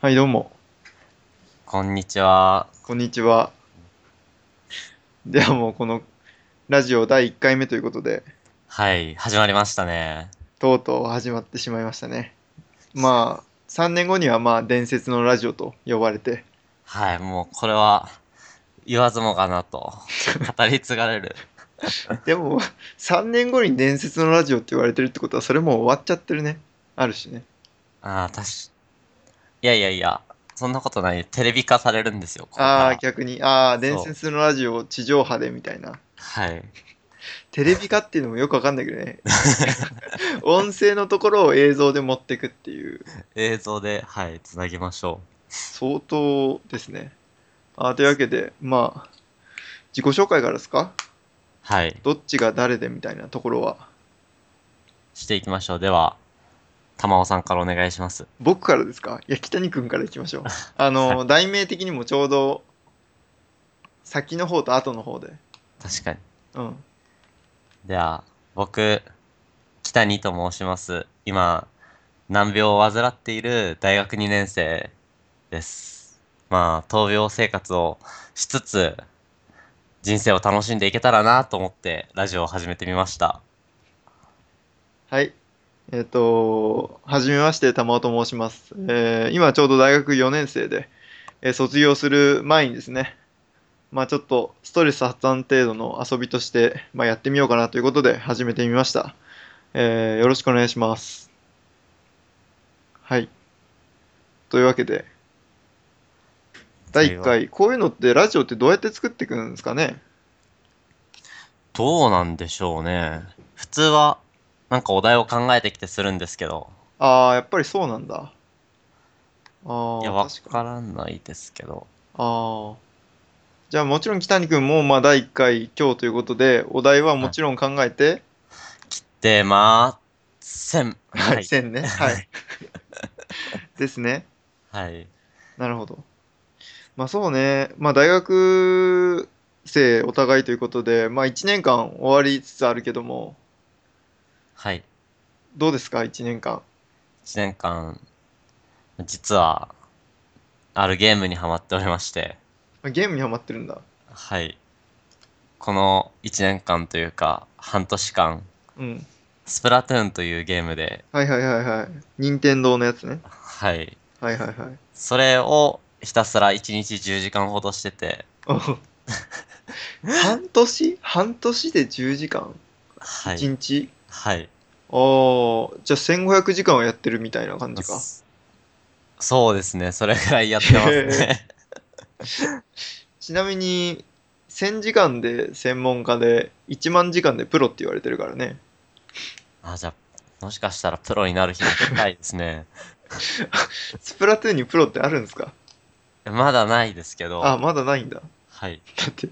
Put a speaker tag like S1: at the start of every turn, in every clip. S1: はい、どうも。
S2: こんにちは。
S1: こんにちは。ではもうこのラジオ第1回目ということで、
S2: はい、始まりましたね。
S1: とうとう始まってしまいましたね。まあ、3年後にはまあ伝説のラジオと呼ばれて、
S2: はい、もうこれは言わずもが なと語り継がれる。
S1: でも3年 後に伝説のラジオって言われてるってことはそれもう終わっちゃってるね。あるしね。
S2: ああ、確か。いやいやいや、そんなことない。テレビ化されるんですよ、ここから
S1: ああ、逆に、ああ、伝説のラジオ地上波でみたいな。
S2: はい。
S1: テレビ化っていうのもよくわかんないけど ね。音声のところを映像で持ってくっていう。
S2: 映像で、はい、つなぎましょ
S1: 相当ですね。あというわけで、まあ、自己紹介からですか
S2: う。はい、
S1: どっちが誰でみたいなところは、
S2: していきましょう。では、玉尾さんからお願いします。
S1: 僕からですかいや、北谷君からいきましょう。あの、題名的にもちょうど、先の方と後の方で。
S2: 確かに。
S1: うん。
S2: では、僕、北にと申します。今、難病を患っている大学2年生です。まあ、闘病生活をしつつ、人生を楽しんでいけたらなと思って、ラジオを始めてみました。
S1: はい。えっ、と、はじめまして、玉尾と申します。えー今ちょうど大学4年生で、えー卒業する前にですね、まあちょっとストレス発散程度の遊びとして、まあ、やってみようかなということで始めてみました。えーよろしくお願いします。はい。というわけで、第1回、こういうのってラジオってどうやって作っていくんですかね
S2: どうなんでしょうね。普通は、なんかお題を考えてきてするんですけど、
S1: ああ、やっぱりそうなんだ。あ
S2: いや、
S1: あ、
S2: わ
S1: 確かに
S2: からないですけど、
S1: ああ。じゃあもちろん北谷君もまあ第1回今日ということでお題はもちろん考えて、
S2: 切ってません。
S1: はい、
S2: はい。
S1: 線ね。 はい。ですね。
S2: はい。
S1: なるほど。まあそうね。まあ大学生お互いということで、まあ1年間終わりつつあるけども、
S2: はい。
S1: どうですか ?1 年間。
S2: 1年間、実は、あるゲームにハマっておりまして、
S1: まあゲームにはまってるんだ。
S2: はい。この1年間というか、半年間、
S1: うん。
S2: スプラトゥーンというゲームで、
S1: はいはいはいはい。任天堂のやつね。
S2: はい。
S1: はいはい はい。
S2: それをひたすら1日10時間ほどしてて、
S1: お半年半年で10時間
S2: は
S1: ?1
S2: い。
S1: 日
S2: はい。
S1: ああ、じゃあ1500時間はやってるみたいな感じか。
S2: そうですね。それぐらいやってますね。
S1: ちなみに、1000時間で専門家で、1万時間でプロって言われてるからね。
S2: あ、じゃあ、もしかしたらプロになる日も近いですね。
S1: スプラトゥーンにプロってあるんですか
S2: まだないですけど、
S1: あ、まだないんだ。
S2: はい。
S1: だって、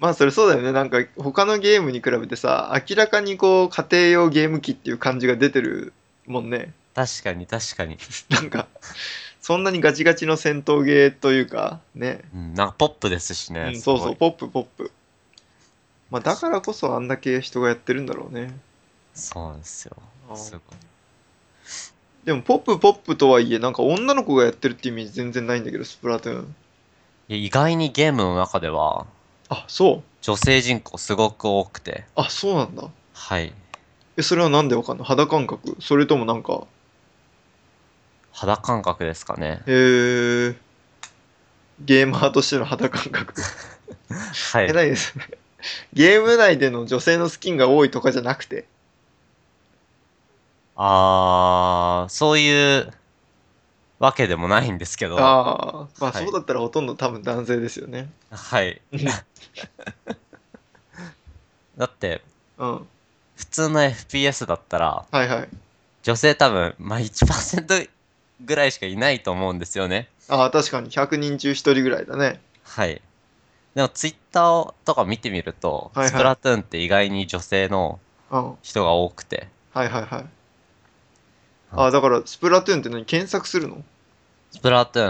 S1: まあそれそうだよね。なんか他のゲームに比べてさ、明らかにこう、家庭用ゲーム機っていう感じが出てるもんね。
S2: 確かに確かに。
S1: なんか、そんなにガチガチの戦闘ゲーというか、ね。
S2: うん、なんかポップですしね。
S1: うん
S2: す
S1: そ
S2: ご
S1: う
S2: い
S1: そう、ポップポップ。まあだからこそあんだけ人がやってるんだろうね。
S2: そうなんですよ。
S1: あー
S2: すごい。
S1: でも、ポップポップとはいえ、なんか女の子がやってるってイメージ全然ないんだけど、スプラトゥーン。
S2: いや意外にゲームの中では
S1: あ、そう。
S2: 女性人口すごく多くて、
S1: あ、そうなんだ。
S2: はい。
S1: え、それはなんでわかんの肌感覚それともなんか、
S2: 肌感覚ですかね。
S1: へー、ゲーマーとしての肌感覚。
S2: は
S1: え、
S2: い。
S1: ないですね。 ゲーム内での女性のスキンが多いとかじゃなくて。
S2: あー、そういうわけでもないんですけど、は
S1: ああ、まあ
S2: はい
S1: そうだったらほとんど多分男性ですよね。
S2: い。 だって、
S1: うん。は
S2: 普通の FPS だったら、
S1: いはい。
S2: 女性多分、まあ1%ぐらいしかいないと思うんですよね。
S1: ああ、確かに100人中1人ぐらいだね。
S2: はい。でも、ツイッターとか見てみると、
S1: はいはい
S2: スプラトゥーンって意外に女性
S1: うん。は
S2: の
S1: い
S2: 人が多くて、
S1: はいはい。ああ、だから、スプラトゥーンって何検索するの
S2: スプラトゥ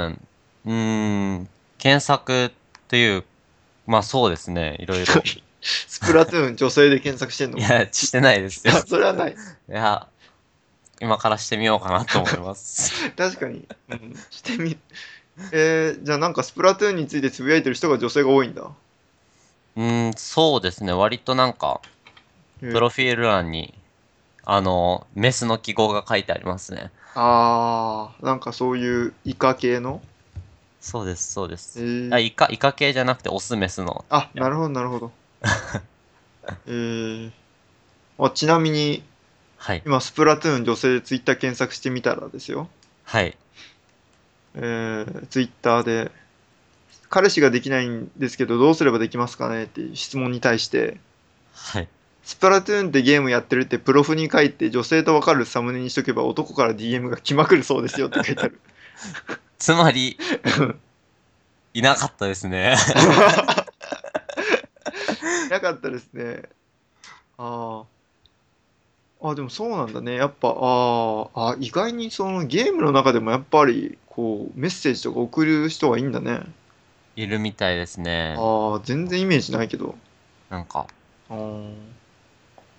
S2: ーン、うーん、検索という、まあそうですね、いろいろ。
S1: スプラトゥーン女性で検索してんの
S2: いや、してないですよ
S1: あ。それはない。
S2: いや、今からしてみようかなと思 います。
S1: 確かに、うん、してみえー、じゃあなんかスプラトゥーンについてつぶやいてる人が女性が多いんだ
S2: うーん、そうですね。割となんか、
S1: へー
S2: プロフィール欄に、あの、メスの記号が書いてありますね。
S1: あーなんかそういうイカ系の、
S2: そうです、そうです。
S1: えー
S2: あイカ、イカ系じゃなくて、オス、メスの。
S1: あなるほどなるほどえー、あちなみに
S2: はい。
S1: 今スプラトゥーン女性でツイッター検索してみたらですよ
S2: はい。
S1: えー、ツイッターで彼氏ができないんですけどどうすればできますかねっていう質問に対して
S2: はい。
S1: スプラトゥーンってゲームやってるってプロフに書いて女性とわかるサムネにしとけば男から DM が来まくるそうですよって書いてある。
S2: つまり、いなかったですね。
S1: なかったですね。ああ。あ、でもそうなんだね。やっぱ、あーあ、意外にそのゲームの中でもやっぱりこうメッセージとか送る人がいいんだね。
S2: いるみたいですね。
S1: ああ、全然イメージないけど。
S2: なんか、
S1: あー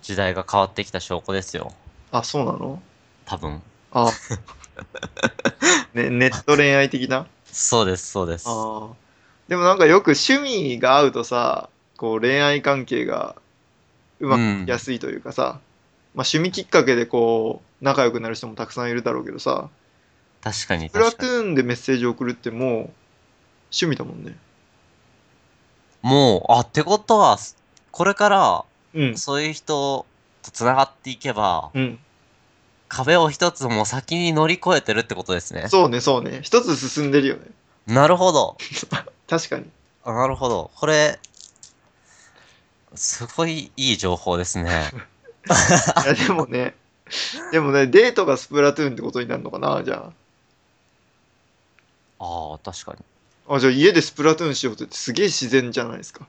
S2: 時代が変わってきた証拠ですよ。
S1: あ、そうなの
S2: 多分。
S1: あね、ネット恋愛的な
S2: そうです、そうです。
S1: ああでもなんかよく趣味が合うとさこう恋愛関係がうまくいきやすいというかさ、まあ、趣味きっかけでこう仲良くなる人もたくさんいるだろうけどさ
S2: 確かに、
S1: スプラ
S2: 確
S1: ト
S2: かに。
S1: ゥーンでメッセージを送るってもう趣味だもんね
S2: もう、あ、ってことは、これから、
S1: うん
S2: そういう人と繋がっていけば、
S1: うん
S2: 壁を一つもう先に乗り越えてるってことですね。
S1: そうねそうね一つ進んでるよね
S2: なるほど。
S1: 確かに
S2: あなるほど。これ、すごいいい情報です ね。
S1: いやでもねでもねデートがスプラトゥーンってことになるのかなじゃ
S2: ああ、確かに。
S1: ああじゃあ家でスプラトゥーンしようってすげえ自然じゃないですか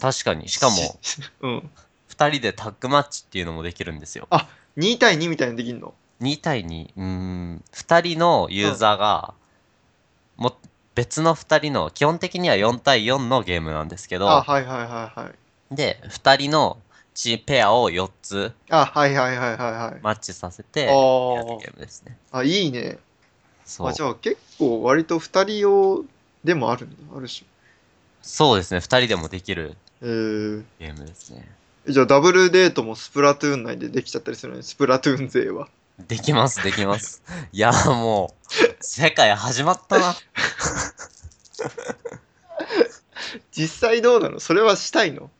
S2: 確かに。しかも、
S1: うん
S2: 二人でタッグマッチっていうのもできるんですよ。
S1: 2対2みたいにできんの
S2: 2対2、うーん、2人のユーザーが、も別の2人の、基本的には4対4のゲームなんですけ
S1: あ
S2: ど、
S1: はいはいはいはい
S2: で、2人のチーペアを4つ
S1: あはいはいはいはいはい
S2: マッチさせて、やるゲ
S1: あ
S2: ームですね。
S1: ーあいいね
S2: そう
S1: あじゃあ結構割と2人用でもあるんだあるし
S2: そうですね、2人でもできる
S1: えー、
S2: ゲームですね。
S1: じゃあダブルデートもスプラトゥーン内でできちゃったりするのねスプラトゥーン勢は
S2: できます、できます。いや、もう、世界始まったな。
S1: 実際どうなのそれはしたいの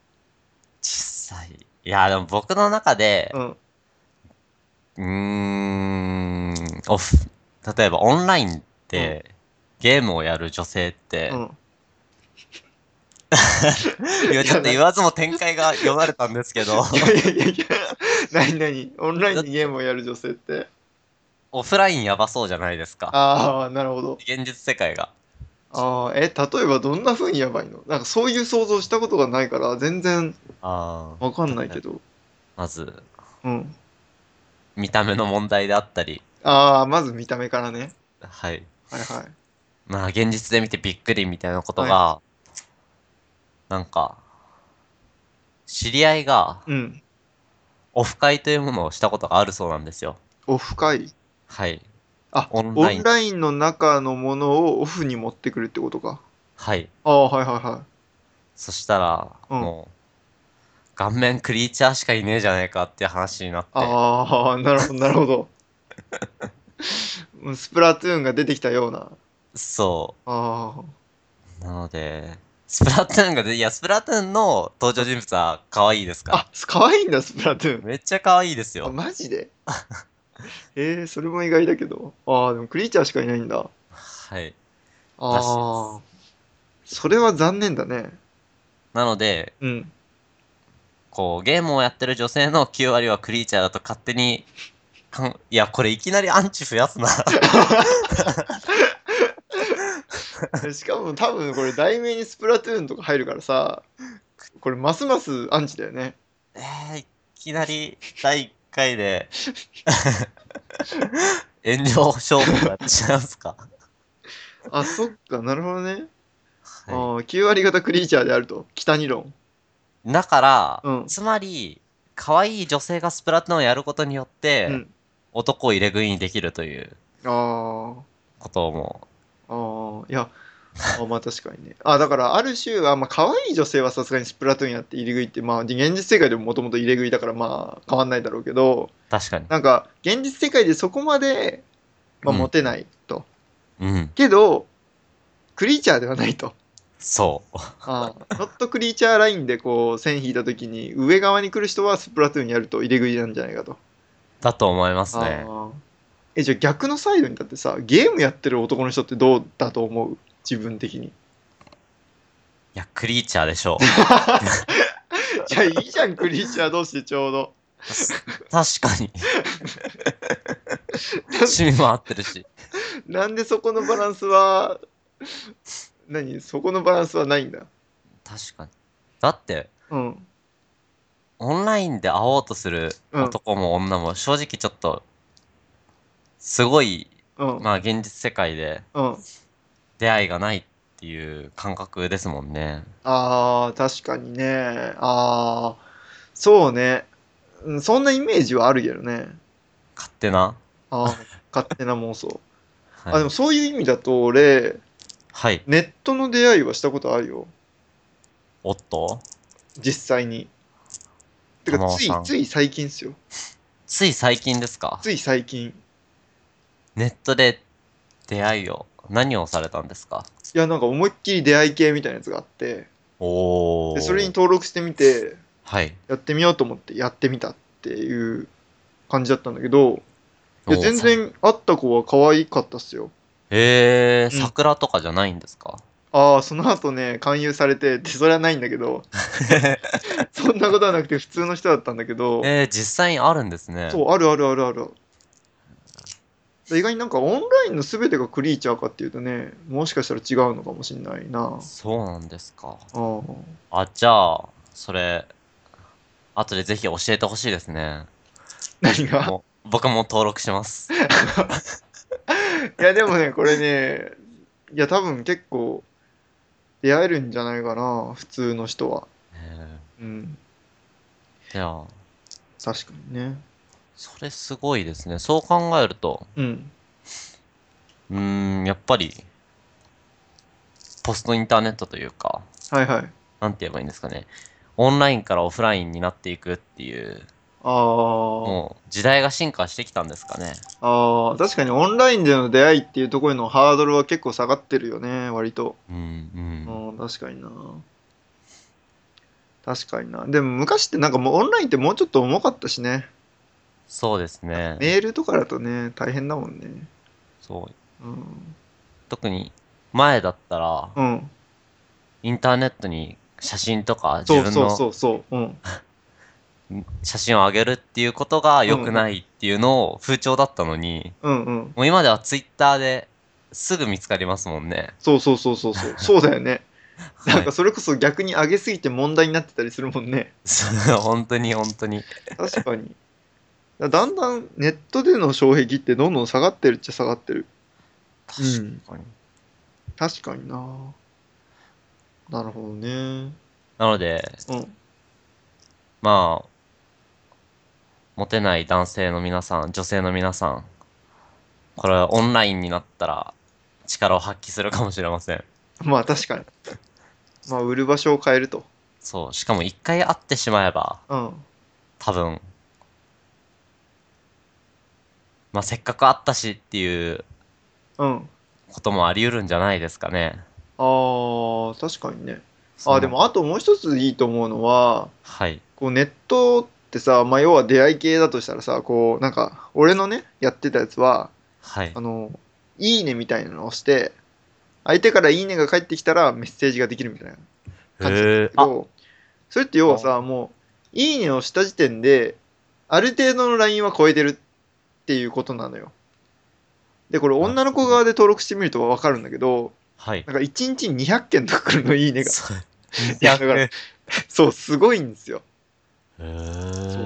S2: 実際。いや、でも僕の中で
S1: う、ん
S2: うーん、オフ。例えばオンラインで、ゲームをやる女性って、
S1: うん
S2: いやちょっと言わずも展開が読まれたんですけ ど、
S1: いやいやいやいや何何オンラインでゲームをやる女性って
S2: オフラインやばそうじゃないですか。
S1: ああなるほど
S2: 現実世界が。
S1: ああえ例えばどんな風にやばいのなんかそういう想像したことがないから全然
S2: あー
S1: わかんないけど
S2: まず、
S1: うん
S2: 見た目の問題であったり、
S1: ああまず見た目からね
S2: はい。
S1: はいはい
S2: まあ、現実で見てびっくりみたいなことが、なんか、知り合いが、
S1: うん。
S2: オフ会というものをしたことがあるそうなんですよ。
S1: オフ会
S2: はい。
S1: あ
S2: オン
S1: オ
S2: ライン
S1: ン。ラインの中のものをオフに持ってくるってことか。
S2: はい。
S1: ああ、はいはいは
S2: そしたら、
S1: うん
S2: もう、顔面クリーチャーしかいねえじゃねえかっていう話になって、
S1: い。ああ、なるほど、なるほ ど。うんスプラトゥーンが出てきたような。
S2: そ
S1: あ
S2: う。なので、スプラトゥーンがで、いや、スプラトゥーンの登場人物は可愛いです
S1: あ。
S2: か
S1: あ、可愛いんだ、スプラトゥーン。
S2: めっちゃ可愛いです
S1: あ、
S2: よ。
S1: マジで えー、それも意外だけど。ああ、でもクリーチャーしかいないんだ。
S2: はい。らしい
S1: ああ。それは残念だね。
S2: なので、
S1: うん。
S2: こう、ゲームをやってる女性の9割はクリーチャーだと勝手に、かんいや、これいきなりアンチ増やすな。
S1: しかも多分これ題名にスプラトゥーンとか入るからさ、これますますアンチだよね。
S2: えー、いきなり第1回で 炎上商法が違うんすか、
S1: あ、そっか、なるほどね。あ
S2: は
S1: ー9割型クリーチャーであると、北二論。
S2: い、だから、
S1: うん
S2: つまり可愛い女性がスプラトゥーンをやることによって、
S1: うん
S2: 男を入れ食いにできるという
S1: ああ。
S2: ことを
S1: あ
S2: も
S1: あ、いや、あまあ確かにね。あだから、ある種、あまあ可愛い女性はさすがにスプラトゥーンやって入り食いって、まあ、現実世界でももともと入れ食いだから、まあ、変わんないだろうけど、
S2: う、確かに。
S1: なんか、現実世界でそこまで、まあ、
S2: うん
S1: モテないと。
S2: うん、
S1: けど、クリーチャーではないと。
S2: そう。
S1: ああ、ノットクリーチャーラインでこう、線引いたときに、上側に来る人はスプラトゥーンやると入れ食いなんじゃないかと。
S2: だと思いますね。
S1: ああえ、じゃあ逆のサイドにだってさ、ゲームやってる男の人ってどうだと思う自分的に。
S2: いや、クリーチャーでしょ
S1: いや、いいじゃん、クリーチャー同士でちょうど。
S2: う。 確かに。趣味も合ってるし。
S1: なんでそこのバランスは、何そこのバランスはないんだ。
S2: 確かに。だって、
S1: うん。
S2: オンラインで会おうとする男も女も正直ちょっと、すごい、
S1: うん。
S2: まあ現実世界で
S1: うん。
S2: 出会いがないっていう感覚ですもんね。
S1: ああ、確かにね。ああ、そうね。うんそんなイメージはあるけどね。
S2: 勝手な。
S1: ああ、勝手な妄想。
S2: はい、
S1: あ、でもそういう意味だと、俺、
S2: はい。
S1: ネットの出会いはしたことあるよ。
S2: おっと
S1: 実際に。てか、
S2: 玉
S1: つ
S2: 緒
S1: い
S2: さん、
S1: つい最近っすよ。
S2: つい最近ですか
S1: つい最近。
S2: ネットで出会いを、何をされたんですか
S1: いや、なんか思いっきり出会い系みたいなやつがあって、
S2: お
S1: で
S2: ー。
S1: それに登録してみて、
S2: はい。
S1: やってみようと思ってやってみたっていう感じだったんだけど、いや
S2: おー
S1: 全。然会った子は可愛かったっすよ。
S2: えー、
S1: うん
S2: 桜とかじゃないんですか、
S1: ああ、その後ね、勧誘されて、で、それはないんだけ ど、そんなことはなくて普通の人だったんだけど、
S2: えー、実際にあるんですね。
S1: そう、あるあるあるある。で意外になんかオンラインの全てがクリーチャーかっていうとね、もしかしたら違うのかもしんないな。
S2: そうなんですか。
S1: あ ー
S2: あ、じゃあ、それ、後でぜひ教えてほしいです ね。
S1: 何が
S2: もう僕も登録します。
S1: いや、でもね、これね、いや、多分結構出会えるんじゃないかな、普通の人は。
S2: え
S1: うん、
S2: ー、では、
S1: 確かにね。
S2: それすごいですね。そう考えると、
S1: うん。
S2: うーん、やっぱり、ポストインターネットというか、
S1: はいはい。
S2: なんて言えばいいんですかね。オンラインからオフラインになっていくっていう、
S1: あー
S2: もう時代が進化してきたんですかね。
S1: あー、確かにオンラインでの出会いっていうところへのハードルは結構下がってるよね、割と。
S2: うん、うん。
S1: うん、確かにな。確かにな。でも昔ってなんかもうオンラインってもうちょっと重かったしね。
S2: そうですね。
S1: メールとかだとね、大変だもんね。
S2: そう。
S1: うん。
S2: 特に、前だったら、
S1: うん、
S2: インターネットに写真とか自
S1: そう
S2: 分
S1: そうそ
S2: の
S1: うそう。うん。
S2: 写真を上げるっていうことが良くないっていうのを風潮だったのに、
S1: うんうん。
S2: もう今ではツイッターですぐ見つかりますもんね。
S1: そうそうそうそうそう。そうだよね。
S2: はい
S1: なんかそれこそ逆に上げすぎて問題になってたりするもんね。
S2: そう 本当に本当に。
S1: 確かに。だだんだんネットでの障壁ってどんどん下がってるっちゃ下がってる。
S2: 確かに。
S1: 確かにな。なるほどね。
S2: なので、
S1: うん。
S2: まあ、モテない男性の皆さん、女性の皆さん、これはオンラインになったら力を発揮するかもしれません。
S1: まあ確かに。まあ売る場所を変えると。
S2: そう、しかも一回会ってしまえば、
S1: うん。
S2: 多分まあせっかく会ったしっていう
S1: うん。
S2: こともあり得るんじゃないですかね
S1: ああ、確かにね。
S2: そ
S1: あ
S2: の
S1: ーでもあともう一ついいと思うのは、
S2: はい
S1: こうネットってさ、まあ要は出会い系だとしたらさ、こうなんか俺のね、やってたやつは、
S2: はい
S1: あの、いいねみたいなのを押して、相手からいいねが返ってきたらメッセージができるみたいな感じなん
S2: へ
S1: だ
S2: え
S1: け
S2: あ
S1: ど、それって要はさ、もう、いいねをした時点で、ある程度のラインは超えてるっていうことなのよ。で、これ女の子側で登録してみるとわかるんだけど、
S2: はい
S1: なんか1日に200件とか来るのいいねが。
S2: そう
S1: やだから
S2: へ
S1: そう、すごいんですよ。
S2: え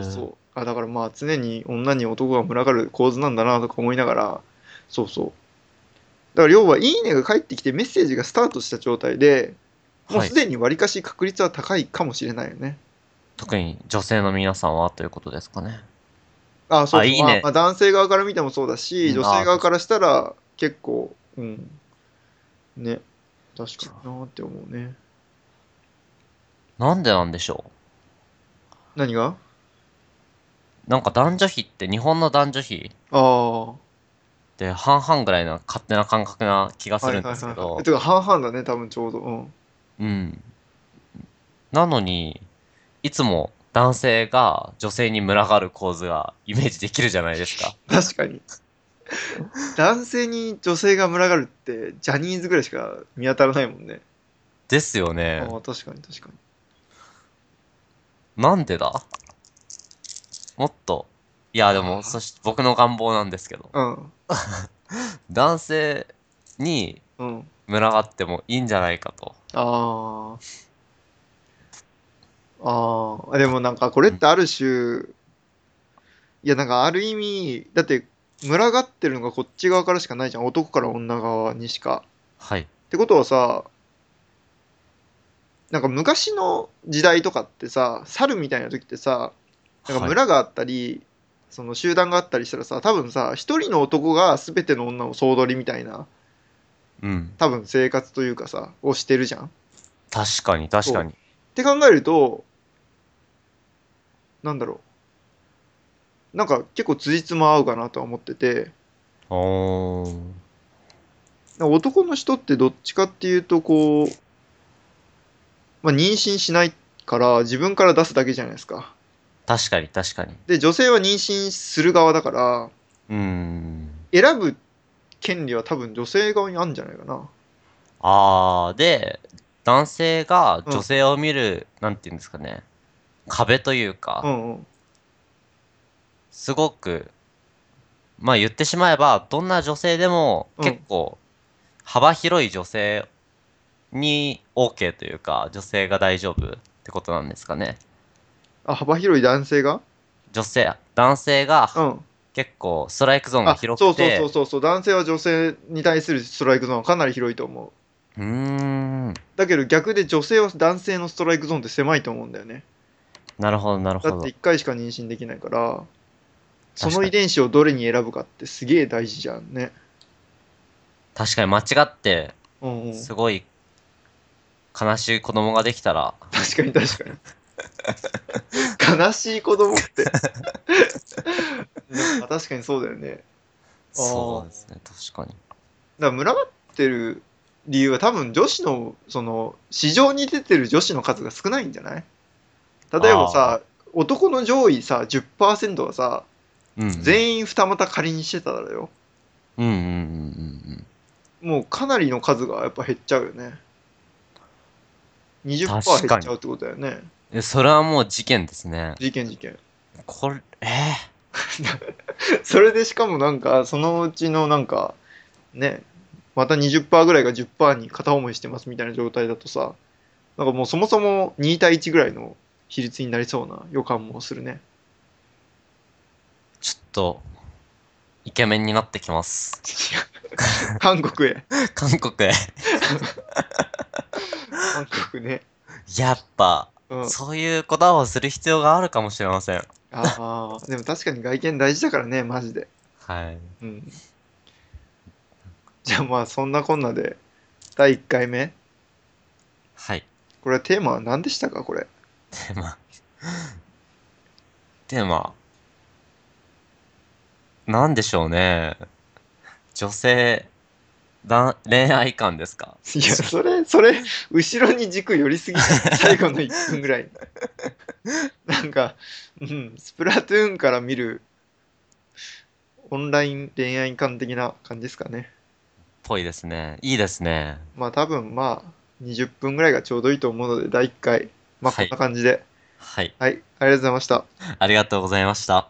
S1: そうそう。あだからまあ常に女に男が群がる構図なんだなとか思いながら、そうそう。だから要は、いいねが返ってきてメッセージがスタートした状態で、もう
S2: はい
S1: すでにわりかし確率は高いかもしれないよね。
S2: 特に女性の皆さんはということですかね
S1: あ、そうそう
S2: あいいね
S1: まあまあ男性側から見てもそうだし、
S2: うん
S1: 女性側からしたら結構、うん。ね。確かになーって思うね。
S2: なんでなんでしょ
S1: 何が
S2: うなんか男女比って日本の男女比
S1: あ
S2: って半々ぐらいな勝手な感覚な気が
S1: あ。
S2: するんですけど
S1: えてか半々だね、多分ちょうど。うん。
S2: うんなのにいつも男性が女性に群がる構図がイメージできるじゃないですか
S1: 確 かに。男性に女性が群がるって、ジャニーズぐらいしか見当たらないもんね。
S2: ですよね
S1: ああ、確かに確かに。
S2: なんでだもっと、いや、で
S1: あー
S2: も、そし、僕の願望なんですけど、
S1: うん。
S2: 男性に
S1: うん。
S2: 群がってもいいんじゃないかと。
S1: ああ。ああ。でもなんかこれってある種、いやなんかある意味、だって群がってるのがこっち側からしかないじゃん。男から女側にしか。
S2: はい。
S1: ってことはさ、なんか昔の時代とかってさ、猿みたいな時ってさ、なんか
S2: はい
S1: 村があったり、その集団があったりしたらさ、多分さ、一人の男が全ての女を総取りみたいな、
S2: うん。
S1: 多分生活というかさ、をしてるじゃん。
S2: 確かに、確かに。
S1: って考えると、なんだろう。なんか結構辻褄合うかなとは思ってて、
S2: おー。
S1: なんか男の人ってどっちかっていうと、こう、まあ、妊娠しないから自分から出すだけじゃないですか。
S2: 確かに、確かに。
S1: で、女性は妊娠する側だから、
S2: うーん。
S1: 選ぶ権利は多分女性側にあるんじゃないかな。
S2: あー、で、男性が
S1: うん
S2: 女性を見る、なんていうんですかね、壁というか、
S1: うんうん。
S2: すごく、まあ言ってしまえば、どんな女性でも
S1: うん
S2: 結構幅広い女性に OK というか、女性が大丈夫ってことなんですかね。
S1: あ、幅広い男性が
S2: 女性、男性が
S1: うん。
S2: 結構ストライクゾーンが
S1: あ、
S2: 広くて、
S1: そうそうそうそう。男性は女性に対するストライクゾーンはかなり広いと思う。
S2: うーん、
S1: だけど逆で女性は男性のストライクゾーンって狭いと思うんだよね。
S2: なるほど、なるほ
S1: だ
S2: ど。
S1: って
S2: 確
S1: 1回しか妊娠できないから、そ
S2: か
S1: の遺
S2: に
S1: 伝子をどれに選ぶかってすげえ大事じゃんね。
S2: 確かに間違って、
S1: うんうん、
S2: すごい悲しい子供ができたら、
S1: 確かに確かに。悲しい子供っ て。なんか確かにそうだよね。あー
S2: そうですね、確か
S1: だ
S2: に。
S1: から群がってる理由は多分女子のその市場に出てる女子の数が少ないんじゃない例えばさ男の上位さ10%はさ
S2: うん、
S1: 全員二股仮にしてたらよ
S2: うんうんうんうんうん。
S1: もうかなりの数がやっぱ減っちゃうよね20%
S2: 確
S1: 減
S2: か
S1: っ
S2: に
S1: ちゃうってことだよね
S2: えそれはもう事件ですね。
S1: 事件事件
S2: これ、え
S1: それでしかもなんかそのうちのなんかねまた20%ぐらいが10%に片思いしてますみたいな状態だとさなんかもうそもそも2対1ぐらいの比率になりそうな予感もする ね
S2: ーちょっと、イケメンになってきます。
S1: 韓国へ
S2: 韓国へ。
S1: 韓国ね
S2: やっぱ、
S1: うんあ
S2: そういうこだわりをする必要があるかもしれません。
S1: あーでも確かに外見大事だからねマジで
S2: はい。
S1: うんじゃあまあそんなこんなで第1回目
S2: はい。
S1: これはテーマは何でしたかこれ
S2: テーマ。テーマ。なんでしょうね。女性、だ恋愛観ですか
S1: いやそれそれ後ろに軸寄りすぎ じゃない最後の1分ぐらいになんか、うん、スプラトゥーンから見るオンライン恋愛観的な感じですかね
S2: ぽいですね。いいですね。
S1: まあ多分まあ20分ぐらいがちょうどいいと思うので第1回まあこ
S2: は
S1: ん
S2: い
S1: な感じで
S2: はい。
S1: はい、ありがとうございました
S2: ありがとうございました。